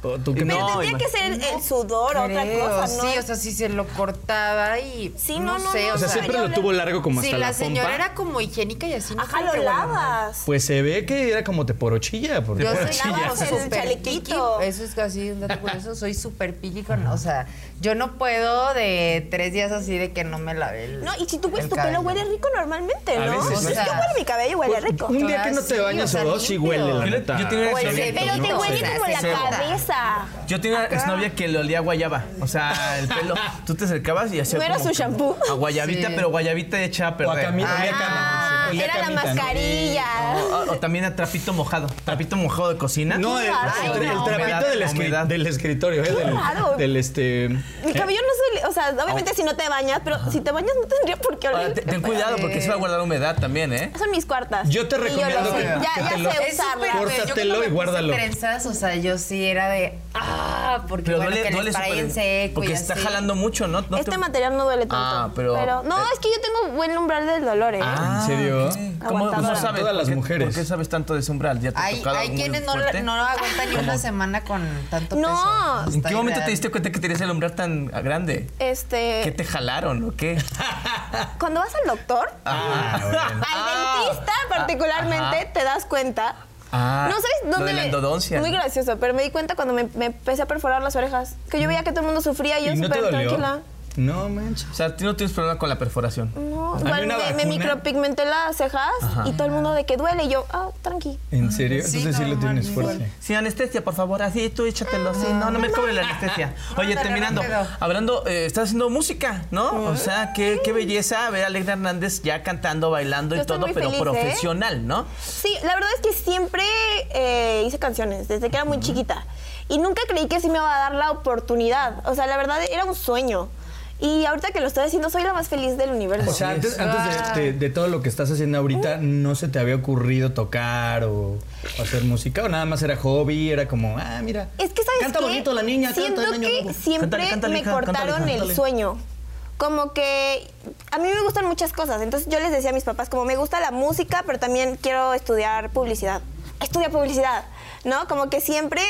S4: o tú que
S2: Pero
S1: Pero
S2: No,
S1: tendría que ser el, el sudor o otra
S3: Creo,
S1: cosa, ¿no?
S3: Sí, o sea, si se lo cortaba y.
S1: Sí, no, no,
S3: sé,
S1: no,
S4: O
S3: o
S4: sea,
S3: sea.
S4: siempre lo
S1: yo-
S4: tuvo largo como
S3: si
S4: hasta
S3: la,
S4: la,
S3: señora
S4: pompa.
S3: era como higiénica y así no
S1: Ajá,
S3: creo
S1: lo
S3: que huela mal.
S1: lavas.
S4: Pues se ve que era como teporochilla. Porque pues,
S3: Yo
S4: Bueno,
S3: soy
S4: sí,
S1: la
S4: ya.
S1: voz.
S3: como
S1: El
S3: súper
S1: chalequito.
S3: piqui. Eso es casi un dato curioso. Soy súper piqui con. O sea, yo no puedo de tres días así de que no me lave el.
S1: No, y si tú ves
S3: el
S1: tu pelo
S3: cabello.
S1: huele rico normalmente, ¿no?
S4: A veces, Pues,
S1: es
S3: ¿no?
S1: que huele mi cabello huele rico.
S4: Un día que no te
S3: Sí,
S4: bañas
S3: o sea,
S4: o dos, sí
S3: limpio.
S4: huele, la
S2: Yo le-
S4: neta.
S2: yo tenía-
S1: O el
S3: Sí,
S1: pero te
S3: no,
S1: huele
S3: sí,
S1: como
S3: sí,
S1: la
S3: sí.
S1: cabeza.
S2: Yo tenía una exnovia que le olía a guayaba. O sea, el
S4: <laughs>
S2: pelo. Tú te acercabas y hacía.
S1: No era
S2: como
S1: su
S2: que-
S1: shampoo.
S2: A guayabita,
S3: Sí.
S2: pero guayabita hecha a perder.
S4: O a cami-
S3: Ah,
S4: olía a cama, sí. Olía
S1: Ah,
S4: a
S1: Era la
S4: camita, ¿no?
S1: mascarilla.
S2: ah, O, o también a trapito mojado. Trapito mojado de cocina.
S4: No,
S1: Qué
S4: el,
S1: raro.
S4: el- el
S1: Ay,
S4: trapito
S2: humedad,
S4: del, escri-
S2: humedad.
S4: del escritorio, ¿eh? Del,
S1: raro.
S4: del, este.
S1: Mi cabello no se... O sea, obviamente si no te bañas, pero si te bañas no tendría por qué
S2: Ahora,
S1: oler.
S2: te- Ah, ten cuidado porque eso va a guardar humedad también, ¿eh?
S1: Son mis cuartas.
S4: Yo te
S1: Y lo
S4: recomiendo
S1: sé.
S4: que-
S1: Ya,
S4: que
S1: ya
S4: te lo-
S1: sé
S3: Es súper
S1: usarla.
S3: feo. Yo
S4: Córtatelo
S3: cuando me
S4: y
S3: puse
S4: guárdalo.
S3: Trenzas, o sea, yo sí era de ah, porque
S2: Pero
S3: bueno,
S2: duele,
S3: que les
S2: duele
S3: para ahí
S2: súper-
S3: en seco
S2: Porque
S3: y
S2: está
S3: así.
S2: jalando mucho, ¿no? No
S1: Este
S2: te-
S1: material no duele tanto.
S2: Ah, pero-
S1: no,
S2: eh.
S1: es que yo tengo buen umbral del dolor, ¿eh?
S2: Ah,
S4: ¿En serio?
S2: ok. ¿Cómo,
S1: Aguantadora.
S2: cómo sabes?
S4: Todas las
S2: ¿Por qué-
S4: mujeres.
S2: ¿Por qué sabes tanto de ese umbral? ¿Ya te ha
S3: Hay,
S2: tocado
S3: hay
S2: algún
S3: quienes no,
S2: fuerte?
S3: no aguantan ni una semana con tanto
S1: No.
S3: peso.
S2: ¿En qué momento te diste cuenta que tenías el umbral tan grande? ¿Qué
S1: Este,
S2: te jalaron o qué?
S1: cuando vas al doctor,
S2: Ah,
S1: al dentista particularmente,
S2: ajá.
S1: te das cuenta.
S2: Ah,
S1: no sabes
S2: lo
S1: dónde.
S2: de la
S1: me-
S2: endodoncia,
S1: Muy
S2: ¿no?
S1: gracioso, pero me di cuenta cuando me, me empecé a perforar las orejas. Que
S2: Mm.
S1: yo veía que todo el mundo sufría y yo
S4: eh, ¿Y no te
S1: súper
S4: dolió?
S1: tranquila.
S4: No manches.
S2: O sea, tú no tienes problema con la perforación.
S1: No,
S4: ¿Hay
S1: igual
S4: una
S1: me, me
S4: vacuna?
S1: micropigmenté las cejas y todo el mundo de que duele. Y yo, ah, tranqui.
S4: ¿En serio?
S3: Sí,
S4: Entonces sí
S3: no,
S4: lo
S3: mames.
S4: tienes fuerte.
S2: Sin anestesia, por favor. Así, tú échatelo. así. no, no me cobre la anestesia. Oye,
S3: Ándale,
S2: terminando.
S3: rápido.
S2: Hablando, eh, estás haciendo música, ¿no? O sea, qué, qué belleza ver a Alegra Hernández ya cantando, bailando
S1: Yo
S2: y
S1: estoy
S2: todo,
S1: muy
S2: pero
S1: feliz, ¿eh?
S2: profesional, ¿no?
S1: Sí, la verdad es que siempre eh, hice canciones, desde que era muy chiquita. Y nunca creí que sí me iba a dar la oportunidad. O sea, la verdad era un sueño. Y ahorita que lo estoy haciendo, soy la más feliz del universo.
S4: O sea, antes, antes de, de- de todo lo que estás haciendo ahorita, ¿no se te había ocurrido tocar o hacer música? ¿O nada más era hobby? Era como, ah, mira.
S1: Es que sabes
S4: Canta
S1: qué?
S4: bonito la niña, canta pues,
S1: Siento
S4: el año
S1: que
S4: nuevo.
S1: siempre
S2: Cántale, cántale,
S1: me
S2: hija,
S1: cortaron
S2: cántale,
S1: el
S2: cántale.
S1: sueño. Como que a mí me gustan muchas cosas, entonces yo les decía a mis papás como me gusta la música, pero también quiero estudiar publicidad. Estudia publicidad, ¿no? Como que siempre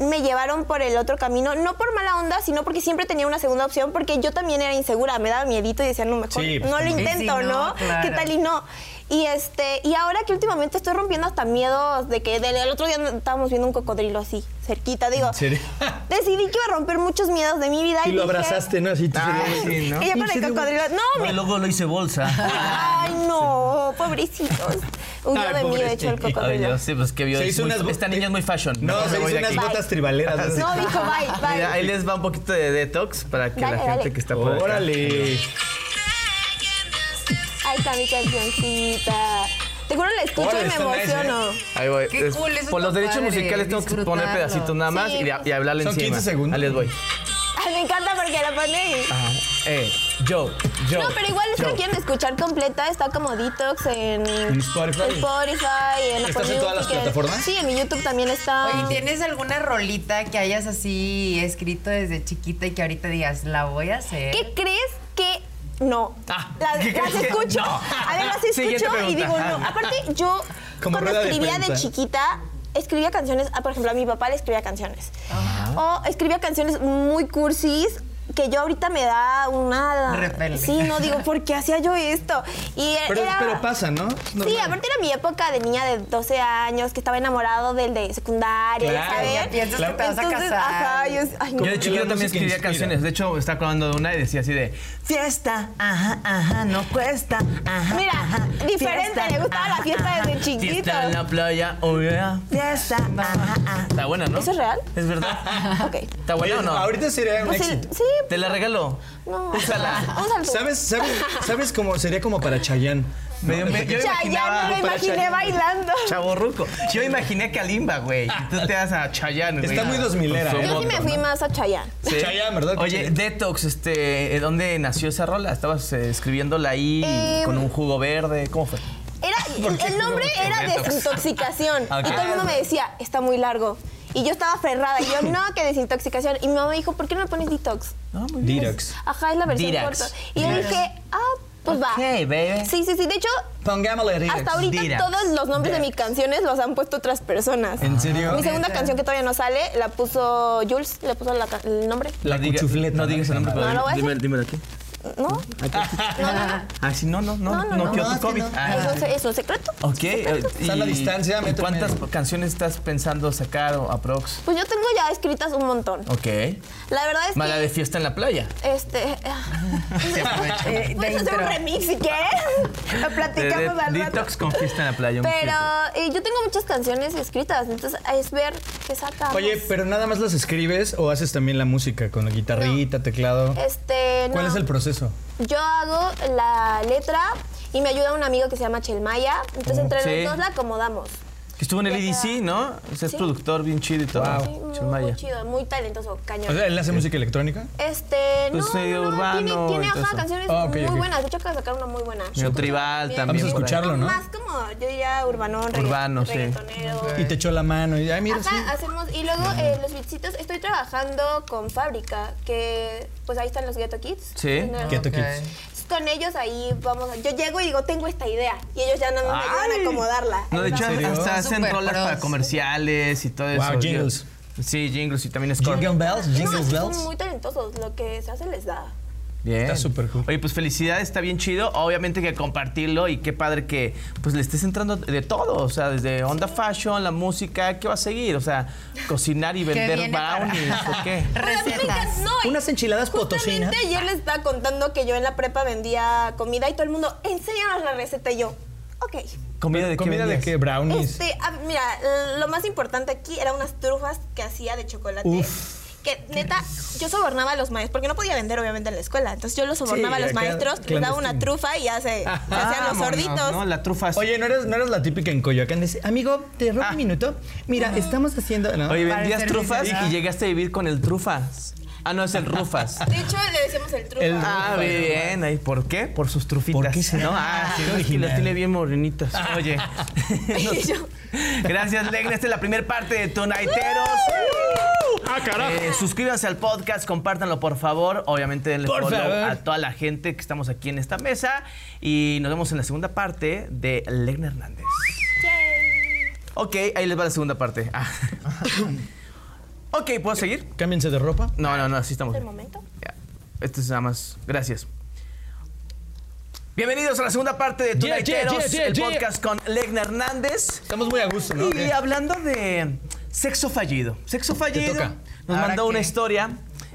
S1: me llevaron por el otro camino, no por mala onda, sino porque siempre tenía una segunda opción, porque yo también era insegura, me daba miedito y decía, no, mejor
S4: Sí, pues,
S1: no lo
S4: como-
S3: Sí, sí,
S1: intento,
S3: no,
S1: ¿no?
S3: claro.
S1: ¿Qué tal y no? Y este, y ahora que últimamente estoy rompiendo hasta miedos de que del, el otro día estábamos viendo un cocodrilo así, cerquita, digo.
S4: ¿En serio?
S1: <laughs> Decidí que iba a romper muchos miedos de mi vida.
S4: Y lo
S1: dije-
S4: abrazaste, ¿no? Así te
S2: sí, ¿no?
S1: Ah, Y yo con el cocodrilo, no,
S2: y
S1: me...
S2: luego lo hice bolsa.
S1: <laughs> Ay, no, pobrecitos. Huyó
S4: Ay,
S1: de mí, de hecho, el
S4: pobrecito.
S2: Ay,
S1: cocodrilo.
S2: Dios, sí, pues qué vio.
S4: Se
S2: es
S4: hizo
S2: muy-
S4: unas bo-
S2: Esta niña es muy fashion.
S4: No,
S2: Mejor
S4: se
S2: me voy
S4: hizo
S2: de
S4: unas
S2: aquí.
S4: botas tribaleras.
S1: No, dijo, bye,
S2: Mira, ahí
S1: bye.
S2: les va un poquito de detox para que
S1: Dale,
S2: la gente
S1: dale.
S2: que está por acá-
S4: Órale.
S1: Ahí está mi cancioncita. Te juro, la escucho
S4: Órale, ¿eh?
S1: y me
S4: está nice,
S1: emocional.
S2: Ahí voy.
S3: Qué cool, eso
S2: por los
S3: está
S2: derechos
S3: padre,
S2: musicales tengo que poner
S3: disfrutarlo.
S2: pedacitos nada más
S1: Sí. pues.
S2: y, de- y hablarle
S4: Son
S2: encima.
S4: 15 segundos.
S2: Ahí les voy.
S1: Ay, me encanta porque la pone. y-
S2: Ajá. Eh, yo, yo.
S1: No, pero igual si la
S2: yo.
S1: quieren escuchar completa, está como Detox en,
S4: Spotify.
S1: en Spotify, en Apple
S4: ¿Estás en todas las
S1: Music, en-
S4: plataformas?
S1: Sí, en mi YouTube también está.
S3: Oye, ¿tienes alguna rolita que hayas así escrito desde chiquita y que ahorita digas, la voy a hacer?
S1: ¿Qué crees que no?
S2: Ah,
S1: La-
S2: ¿qué
S1: las
S2: crees que
S1: escucho,
S2: no?
S1: a ver, las
S2: Siguiente
S1: escucho y
S2: pregunta.
S1: digo no. Aparte, yo
S4: <laughs> Como
S1: cuando
S4: rueda de
S1: escribía de,
S4: prensa.
S1: chiquita, escribía canciones, ah, por ejemplo, a mi papá le escribía canciones. O escribía canciones muy cursis que yo ahorita me da una...
S3: Repele.
S1: Sí, no, digo, ¿por qué hacía yo esto? Y
S4: Pero,
S1: era-
S4: pero pasa, ¿no? Es
S1: Sí,
S4: normal.
S1: aparte era mi época de niña de 12 años, que estaba enamorado del de secundaria,
S4: Claro.
S1: ¿sabes?
S3: Ya piensas que te vas a
S1: Entonces,
S3: casar.
S1: Ajá, yo, ay, no.
S2: Yo de chiquito también
S4: la música
S2: escribía
S4: inspira.
S2: canciones. De hecho, estaba acordando de una y decía así de fiesta, ajá, ajá, no cuesta, ajá.
S1: Mira,
S2: ajá,
S1: diferente, le gustaba la fiesta desde chiquito.
S2: Fiesta en la playa, oh yeah. Fiesta, ajá, ajá. Está buena, ¿no?
S1: ¿Eso es real?
S2: Es verdad.
S1: Ok.
S2: ¿Está buena o no?
S4: Ahorita sería un
S1: Pues el-
S4: éxito.
S1: sí,
S2: Te la regalo.
S1: no.
S2: Úsala.
S1: Úsala. tú.
S4: ¿Sabes, sabes, sabes cómo sería como para Chayanne?
S2: Me dio- me- yo
S1: Ya, ya, me
S2: imaginaba-
S1: lo imaginé bailando.
S2: Chavo Ruco. Yo imaginé a Kalimba, güey. Y tú te das a Chayanne, güey.
S4: Está muy 2000era,
S2: Con su
S4: ¿eh?
S1: Yo sí me
S2: moto,
S1: fui
S2: ¿no?
S1: más a Chayanne.
S2: Sí.
S4: Chayanne, ¿verdad?
S2: Oye,
S4: Chayanne.
S2: Detox, este, ¿eh, ¿dónde nació esa rola? ¿Estabas eh, escribiéndola ahí
S1: Em,
S2: con un jugo verde? ¿Cómo fue? <laughs>
S1: Era, el, el nombre era
S2: Detox.
S1: desintoxicación.
S2: Ah, ok.
S1: Y todo el mundo me decía, está muy largo. Y yo estaba ferrada. Y yo, no, que desintoxicación. Y mi mamá me dijo, ¿por qué no le pones detox?
S2: No, muy
S4: Dirax.
S1: Ajá, es la versión
S2: Dirax.
S1: corta. Y yo
S2: Dirax.
S1: dije, ah, pues va.
S2: Ok, baby.
S1: Sí, sí, sí. De hecho,
S4: Pongámosle Dirax.
S1: hasta ahorita
S2: Dirax.
S1: todos los nombres de mis canciones los han puesto otras personas.
S4: ¿En serio?
S1: Mi segunda canción que todavía no sale la puso Jules, le puso la ca- el nombre.
S2: La
S4: La
S2: diga-
S4: cuchufleta.
S2: No digas el nombre, pero
S1: No, no voy a
S2: dime,
S1: hacer.
S2: dímelo aquí.
S1: ¿No, no, no. no.
S2: Ah, sí, no, no, no,
S1: No,
S2: no,
S1: no,
S2: no
S1: no.
S2: quiero
S4: No,
S2: tu
S4: es que
S2: COVID.
S4: no.
S2: Ah,
S1: ¿Eso es un secreto?
S2: Ok, eh,
S4: Está a la distancia,
S2: ¿y
S4: metro y
S2: ¿Cuántas
S4: medio.
S2: canciones estás pensando sacar o aprox?
S1: Pues yo tengo ya escritas un montón.
S2: Ok.
S1: La verdad es
S2: Oh. Mala
S1: que...
S2: de fiesta en la playa.
S1: Este...
S3: Eh, de
S1: Puedes hacer
S3: intro.
S1: un remix si quieres. Lo
S2: De- de-
S1: platicamos al rato.
S2: Detox con fiesta en la playa. un
S1: Pero
S2: fiesta.
S1: eh, yo tengo muchas canciones escritas, entonces es ver qué sacamos.
S4: Oye, pero nada más las escribes o haces también la música con la guitarrita, teclado.
S1: Este, no.
S4: ¿Cuál es el proceso?
S1: Yo hago la letra y me ayuda un amigo que se llama Chelmaya. Entonces,
S4: Mm,
S1: entre
S2: sí.
S1: los dos la acomodamos.
S2: Que estuvo en el EDC, ¿no? O sea, es productor bien chido y todo.
S4: Wow.
S1: Sí,
S2: Chel
S1: muy,
S2: Maya.
S1: muy chido, muy talentoso, cañón.
S4: O sea, ¿él hace música electrónica?
S1: Este,
S2: Pues
S1: no,
S2: medio
S1: no, no,
S2: urbano
S1: tiene, tiene
S2: y todo
S1: ajá,
S2: eso.
S1: canciones
S4: Ah, ok,
S1: muy
S4: ok.
S1: buenas. De hecho, acaba de sacar una muy buena.
S2: Medio tribal también.
S4: Vamos
S2: por
S4: a
S2: ahí.
S4: escucharlo, ¿no?
S1: Más como, yo diría, urbanón,
S2: Urbano, sí.
S1: reggaetonero.
S4: Y te echó la mano y, ay, mira,
S1: Ajá,
S4: sí.
S1: hacemos, y luego eh, los bitsitos, estoy trabajando con Fábrica, que pues ahí están los Ghetto Kids.
S2: Sí.
S1: No,
S4: Ghetto
S3: Ok.
S4: Kids.
S1: Con ellos ahí vamos, a- yo llego y digo, tengo esta idea, y ellos ya no me ayudan
S2: Ay.
S1: a acomodarla.
S2: No, de hecho,
S4: ¿En serio?
S2: hasta hacen
S3: Super
S2: rolas
S3: pros.
S2: para comerciales y todo eso.
S4: Wow, jingles.
S2: Sí, jingles y también
S4: Jingle
S2: Scorpio.
S4: bells,
S1: No,
S4: jingle
S1: es que son
S4: bells.
S1: muy talentosos, lo que se hace les da.
S2: Bien.
S4: Está súper cool.
S2: Oye, pues felicidades, está bien chido. Obviamente que compartirlo y qué padre que pues le estés entrando de todo. O sea, desde onda fashion, la música, ¿qué va a seguir? O sea, cocinar y
S3: ¿Qué
S2: vender
S3: viene para-
S2: brownies
S1: <laughs>
S2: o qué.
S1: Bueno, a mí me
S3: Recetas.
S1: encanta- no, y
S4: Unas enchiladas
S1: justamente
S4: potosinas.
S1: ayer les estaba contando que yo en la prepa vendía comida y todo el mundo, enséñanos la receta, y yo, ok.
S2: ¿Comida de qué?
S4: ¿Comida de
S2: vendías?
S4: qué? Brownies.
S1: Este, ah, mira, lo más importante aquí eran unas trufas que hacía de chocolate. Que neta, yo sobornaba a los maestros, porque no podía vender obviamente en la escuela. Entonces yo los sobornaba a los
S4: acá,
S1: maestros, les daba una
S4: clandestino.
S1: trufa y ya <laughs> se, se hacían los
S2: Vámonos,
S1: sorditos.
S2: No, la trufa.
S4: Oye, ¿no eres, no eres la típica en Coyoacán. Dice, amigo, te robo un minuto. Mira, estamos haciendo. ¿no?
S2: Oye,
S3: Para
S2: vendías
S3: el
S2: trufas
S3: servicio,
S2: y
S3: ¿no?
S2: llegaste a vivir con el trufas. Ah, no, es
S1: <laughs>
S2: el Rufas.
S6: De hecho, le decíamos el truco.
S4: El-
S2: <laughs> Ah,
S4: Rufas,
S2: bien. ¿Y por qué? Por sus trufitas.
S4: ¿Por qué será?
S2: ¿no? Ah, sí,
S4: Qué
S2: no, <laughs> es que
S4: original.
S2: las tiene bien morenitas. <laughs> Oye. Gracias, Legna. Esta es la primera parte de Tonaiteros.
S4: ¡Ah, carajo!
S2: Eh, suscríbanse al podcast, compártanlo por favor. Obviamente denle
S4: Por
S2: follow
S4: favor.
S2: a toda la gente que estamos aquí en esta mesa. Y nos vemos en la segunda parte de Legna Hernández. Ok, ahí les va la segunda parte.
S1: <laughs>
S2: Ah. ok, ¿puedo seguir?
S4: Cámbiense de ropa.
S2: No, no, no, así estamos.
S1: el
S2: bien.
S1: momento.
S2: Ya. Esto es nada más. Gracias. Bienvenidos a la segunda parte de
S4: Yeah,
S2: Tunaiteros,
S4: yeah, yeah,
S2: el
S4: yeah, yeah.
S2: podcast con Legna Hernández.
S4: Estamos muy a gusto, ¿no?
S2: Y hablando de sexo fallido. Sexo fallido
S4: toca.
S2: nos
S3: Ahora
S2: mandó
S3: qué.
S2: una historia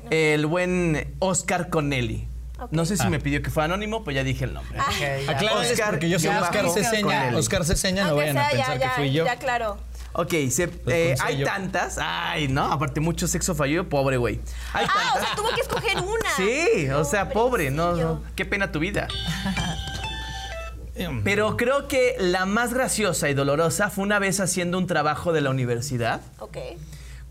S2: el buen Oscar Connelly. No sé si
S4: Ah.
S2: me pidió que fuera anónimo, pues ya dije el nombre.
S1: Ah,
S3: Ok, ya.
S4: Aclárales
S2: Oscar,
S4: porque yo soy
S2: ya
S4: Oscar
S2: bajó con
S4: Ceseña.
S2: él.
S4: Oscar Ceseña, no
S6: Aunque
S4: vayan a
S6: sea, ya,
S4: pensar que
S6: ya,
S4: fui yo.
S6: ya, claro.
S2: Ok,
S4: Pues
S2: se- eh, hay
S4: consejos.
S2: tantas. Ay, no, aparte mucho sexo fallido, pobre güey. Hay
S1: Ah, o
S2: tantas.
S1: sea, tuvo que escoger una.
S2: Sí, o sea, pobre, no,
S1: Pobrecillo.
S2: no. Qué pena tu vida.
S4: Em,
S2: Pero creo que la más graciosa y dolorosa fue una vez haciendo un trabajo de la universidad.
S1: Ok.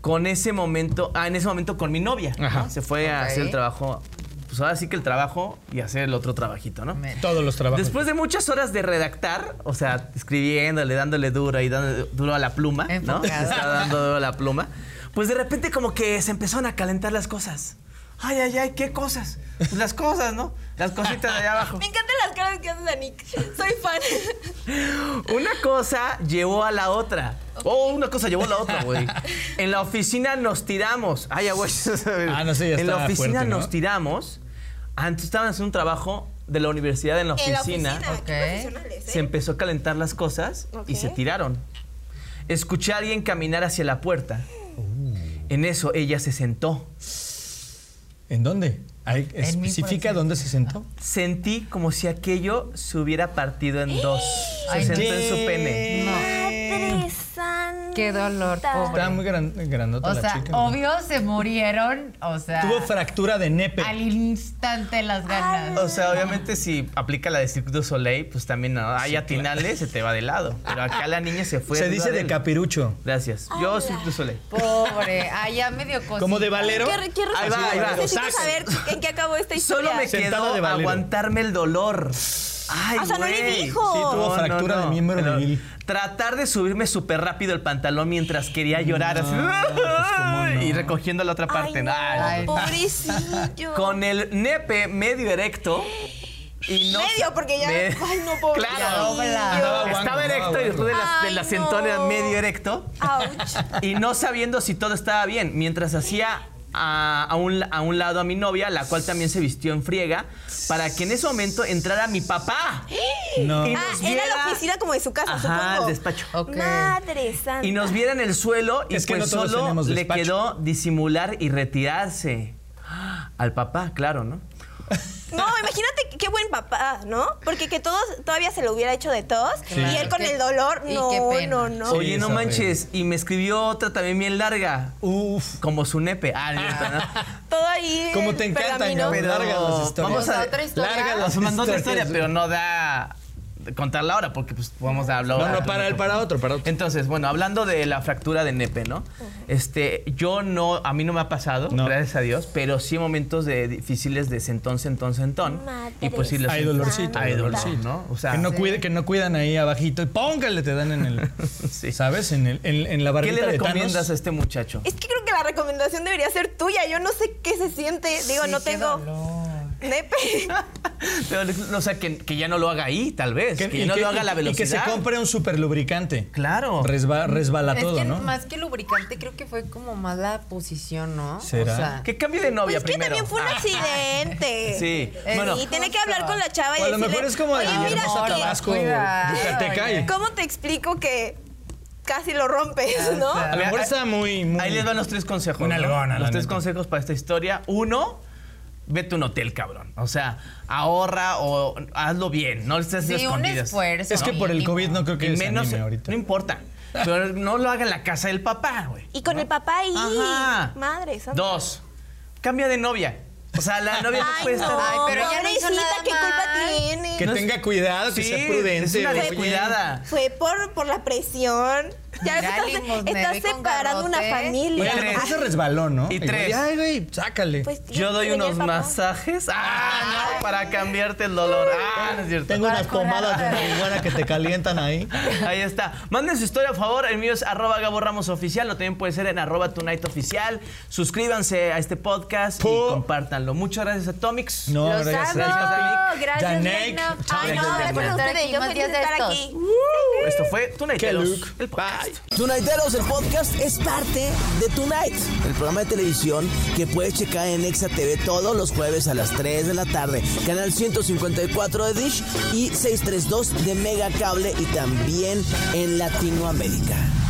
S2: Con ese momento, ah, en ese momento con mi novia. ¿no?
S4: Ajá.
S2: Se fue a
S3: Ok.
S2: hacer el trabajo, pues ahora sí que el trabajo y hacer el otro trabajito, ¿no?
S3: Me-
S4: Todos los trabajos.
S2: Después de muchas horas de redactar, o sea, escribiéndole, dándole duro y dándole duro a la pluma, ¿no?
S3: Enfocada.
S2: Estaba dando duro a la pluma. Pues de repente como que se empezaron a calentar las cosas. Ay, ay, ay, ¿qué cosas? Pues las cosas, ¿no? Las cositas de allá abajo.
S6: Me encantan las caras que hace Danik. Soy
S1: <laughs>
S6: fan.
S2: Una cosa llevó a la otra. Oh, una cosa llevó a la otra, güey. En la oficina nos tiramos. Ay, güey.
S4: Ah, no sé, ya
S2: En la
S4: está
S2: oficina
S4: fuerte, ¿no?
S2: nos tiramos. Antes estaban haciendo un trabajo de la universidad en la
S6: En
S2: oficina.
S6: la oficina. qué
S3: Ok.
S6: profesionales, ¿eh?
S2: Se empezó a calentar las cosas y se
S1: Ok.
S2: tiraron. Escuché a alguien caminar hacia la puerta. En eso ella se sentó.
S4: ¿En dónde? Ahí,
S3: mí, por
S4: ¿Especifica
S3: ejemplo.
S4: dónde se sentó?
S2: Sentí como si aquello se hubiera partido en dos. Se
S3: Ay,
S2: sentó
S3: no.
S2: en su pene.
S1: Madre santa.
S3: Qué dolor, pobre.
S4: Estaba muy gran- grandota
S3: O
S4: la
S3: sea,
S4: chica.
S3: obvio se murieron, o sea,
S4: Tuvo fractura de nepe.
S3: al instante las ganas.
S2: O sea, obviamente si aplica la de Cirque du Soleil, pues también no. Hay atinale, se te va de lado. Pero acá la niña se fue.
S4: Se
S2: arriba
S4: dice de
S2: él.
S4: capirucho.
S2: Gracias.
S1: Ah,
S2: Yo Cirque du Soleil.
S3: Pobre, ay, ya me dio cosita.
S4: Como de valero.
S1: Oh, Qué, qué
S2: Ahí va, ahí va.
S1: resultado. Necesito
S4: Saca.
S1: saber en qué acabó esta historia.
S2: <laughs> Solo me
S4: Sentada
S2: quedó
S4: de Valero.
S2: aguantarme el dolor. Ay,
S1: Ah, O sea, no le
S2: güey.
S1: dijo. Sí,
S4: tuvo fractura de miembro
S2: Pero
S4: viril.
S2: Tratar de subirme súper rápido el pantalón mientras quería llorar. así, <laughs>
S4: pues,
S2: Y recogiendo la otra parte.
S1: Ay, no,
S2: Ay.
S1: pobrecillo.
S2: Con el nepe medio erecto. Y no
S6: Medio, porque ya- ay, no, pobrecillo.
S2: Claro.
S3: Dobla.
S4: guango,
S2: Estaba erecto
S4: guango.
S2: y después de las, de
S1: Ay,
S2: las
S1: no.
S2: centones medio erecto.
S1: Ouch.
S2: Y no sabiendo si todo estaba bien. Mientras hacía a, a un, a un lado a mi novia, la cual también se vistió en friega, para que en ese momento entrara mi papá.
S4: No.
S2: <laughs> Y
S1: Ah,
S2: nos
S1: era
S2: viera-
S1: la oficina como de su casa,
S2: Ajá, el
S1: supongo.
S2: despacho.
S3: Ok.
S1: Madre santa.
S2: Y nos viera en el suelo y
S4: Es que
S2: pues
S4: no todos
S2: solo
S4: tenemos
S2: le
S4: despacho.
S2: quedó disimular y retirarse. Ah, Al papá, claro, ¿no?
S1: No, imagínate qué buen papá, ¿no? Porque que todos todavía se lo hubiera hecho de todos y
S3: Claro.
S1: él con
S3: Qué-
S1: el dolor,
S3: y
S1: no,
S3: qué pena.
S1: no, no.
S4: Sí,
S2: Oye, no
S4: es horrible.
S2: manches. Y me escribió otra también bien larga.
S4: Uf.
S2: Como su nepe. Ah, no, no.
S1: Todo ahí.
S4: Como
S1: en
S4: te encantan,
S1: pergamino.
S4: cabrón. Largas las historias.
S2: Vamos a
S3: Nos da otra historia.
S2: larga las
S4: Nos
S2: mandó otra
S4: historias.
S2: historia, pero no da de contarla ahora porque pues vamos a hablar.
S4: No,
S2: ahora.
S4: no, para el para otro, para otro.
S2: Entonces, bueno, hablando de la fractura de nepe, ¿no? Este, yo no, a mí no me ha pasado,
S4: No.
S2: gracias a Dios, pero sí momentos de difíciles de sentón, sentón, sentón.
S1: Madre
S2: y pues sí, los
S4: Hay dolorcito,
S2: hay dolor,
S4: dolorcito.
S2: ¿no? O sea,
S4: que, no cuide- que no cuidan ahí abajito. Y póngale, te dan en el.
S2: <laughs> Sí.
S4: ¿Sabes? En, el, en, en la
S2: ¿qué
S4: barbita
S2: le
S4: de Thanos.
S2: recomiendas a este muchacho?
S1: Es que creo que la recomendación debería ser tuya. Yo no sé qué se siente. Digo,
S3: Sí,
S1: no
S3: qué
S1: tengo
S3: dolor.
S1: nepe.
S2: <laughs> Pero, o sea, que, que ya no lo haga ahí, tal vez. Que,
S4: y
S2: ya no lo haga a la
S4: y- y
S2: velocidad.
S4: que se compre un superlubricante.
S2: Claro.
S4: Resba- resbala
S3: Es
S4: todo,
S3: que
S4: ¿no?
S3: más que lubricante, creo que fue como más la posición, ¿no?
S4: ¿Será?
S3: O sea,
S2: Que cambie de novia
S1: <laughs> Pues que
S2: primero.
S1: también fue Eh, un
S2: Ah.
S1: accidente.
S2: Sí.
S1: Y
S2: Bueno.
S1: tiene que hablar con la chava y
S4: O Pues a lo
S1: decirle,
S4: mejor es como de
S1: "Oye, mira,
S4: Villahermosa,
S1: que-
S4: Tabasco,
S3: cuidado,
S4: Yucateca. y-
S1: ¿cómo te explico que casi lo rompes, no?
S4: A lo mejor está muy. muy-
S2: Ahí les van los tres consejos.
S4: Una
S2: ¿no?
S4: algona, la
S2: Los tres
S4: neta.
S2: consejos para esta historia. Uno, vete a un hotel, cabrón. O sea, ahorra o hazlo bien. No le estés
S3: sí, un
S2: escondidas.
S3: esfuerzo.
S4: Es que por el
S3: mínimo.
S4: COVID no creo que
S2: Y menos,
S4: se anime ahorita.
S2: no importa. Pero no lo haga en la casa del papá, güey.
S1: Y con el papá ahí.
S2: Ajá.
S1: Madre santa.
S2: Dos, cambia de novia. O sea, la novia no
S1: Ay,
S2: puede estar...
S1: no,
S3: Ay, pero ella no hizo
S1: pobrecita,
S3: nada
S1: ¿qué culpa
S3: mal.
S1: tiene?
S4: Que
S2: No es-
S4: tenga cuidado, que
S2: Sí,
S4: sea prudente.
S2: Es una
S4: oye.
S2: descuidada.
S1: Fue por, por la presión. Ya
S3: Mira,
S1: estás,
S3: limosnero
S1: estás
S3: y con
S1: separando una
S3: garrote.
S1: familia.
S4: Oye, le puse resbalón, ¿no?
S2: Y
S4: Igual,
S2: tres.
S4: Ay, güey, sácale.
S1: Pues,
S2: Yo doy
S1: tenía el
S2: unos
S1: papá.
S2: masajes. Ah, no, para cambiarte el dolor. Ah, no es cierto.
S4: Tengo unas
S3: Para
S4: pomadas de
S3: curarte.
S4: marihuana que te calientan ahí.
S2: Ahí está. Manden su historia, por favor. El mío es arroba Gabo Ramos Oficial. O también puede ser en arroba Tonight Oficial. Suscríbanse a este podcast
S4: Po-
S2: y compártanlo. Muchas gracias a Tomix.
S4: No,
S3: Los
S4: gracias.
S3: amo. Gracias,
S4: Janek.
S3: Reina.
S4: Ay,
S3: Ay,
S4: no,
S3: no, gracias por estar
S1: ustedes.
S3: aquí.
S1: Yo
S3: Más
S1: feliz
S3: días
S1: de estar
S3: estos.
S1: aquí. Uh.
S2: Esto fue Tonight
S4: Qué
S2: Telos,
S4: look.
S2: El podcast.
S5: Tonighteros, el podcast es parte de Tonight, el programa de televisión que puedes checar en Exa TV todos los jueves a las 3 de la tarde, canal 154 de Dish y 632 de Mega Cable y también en Latinoamérica.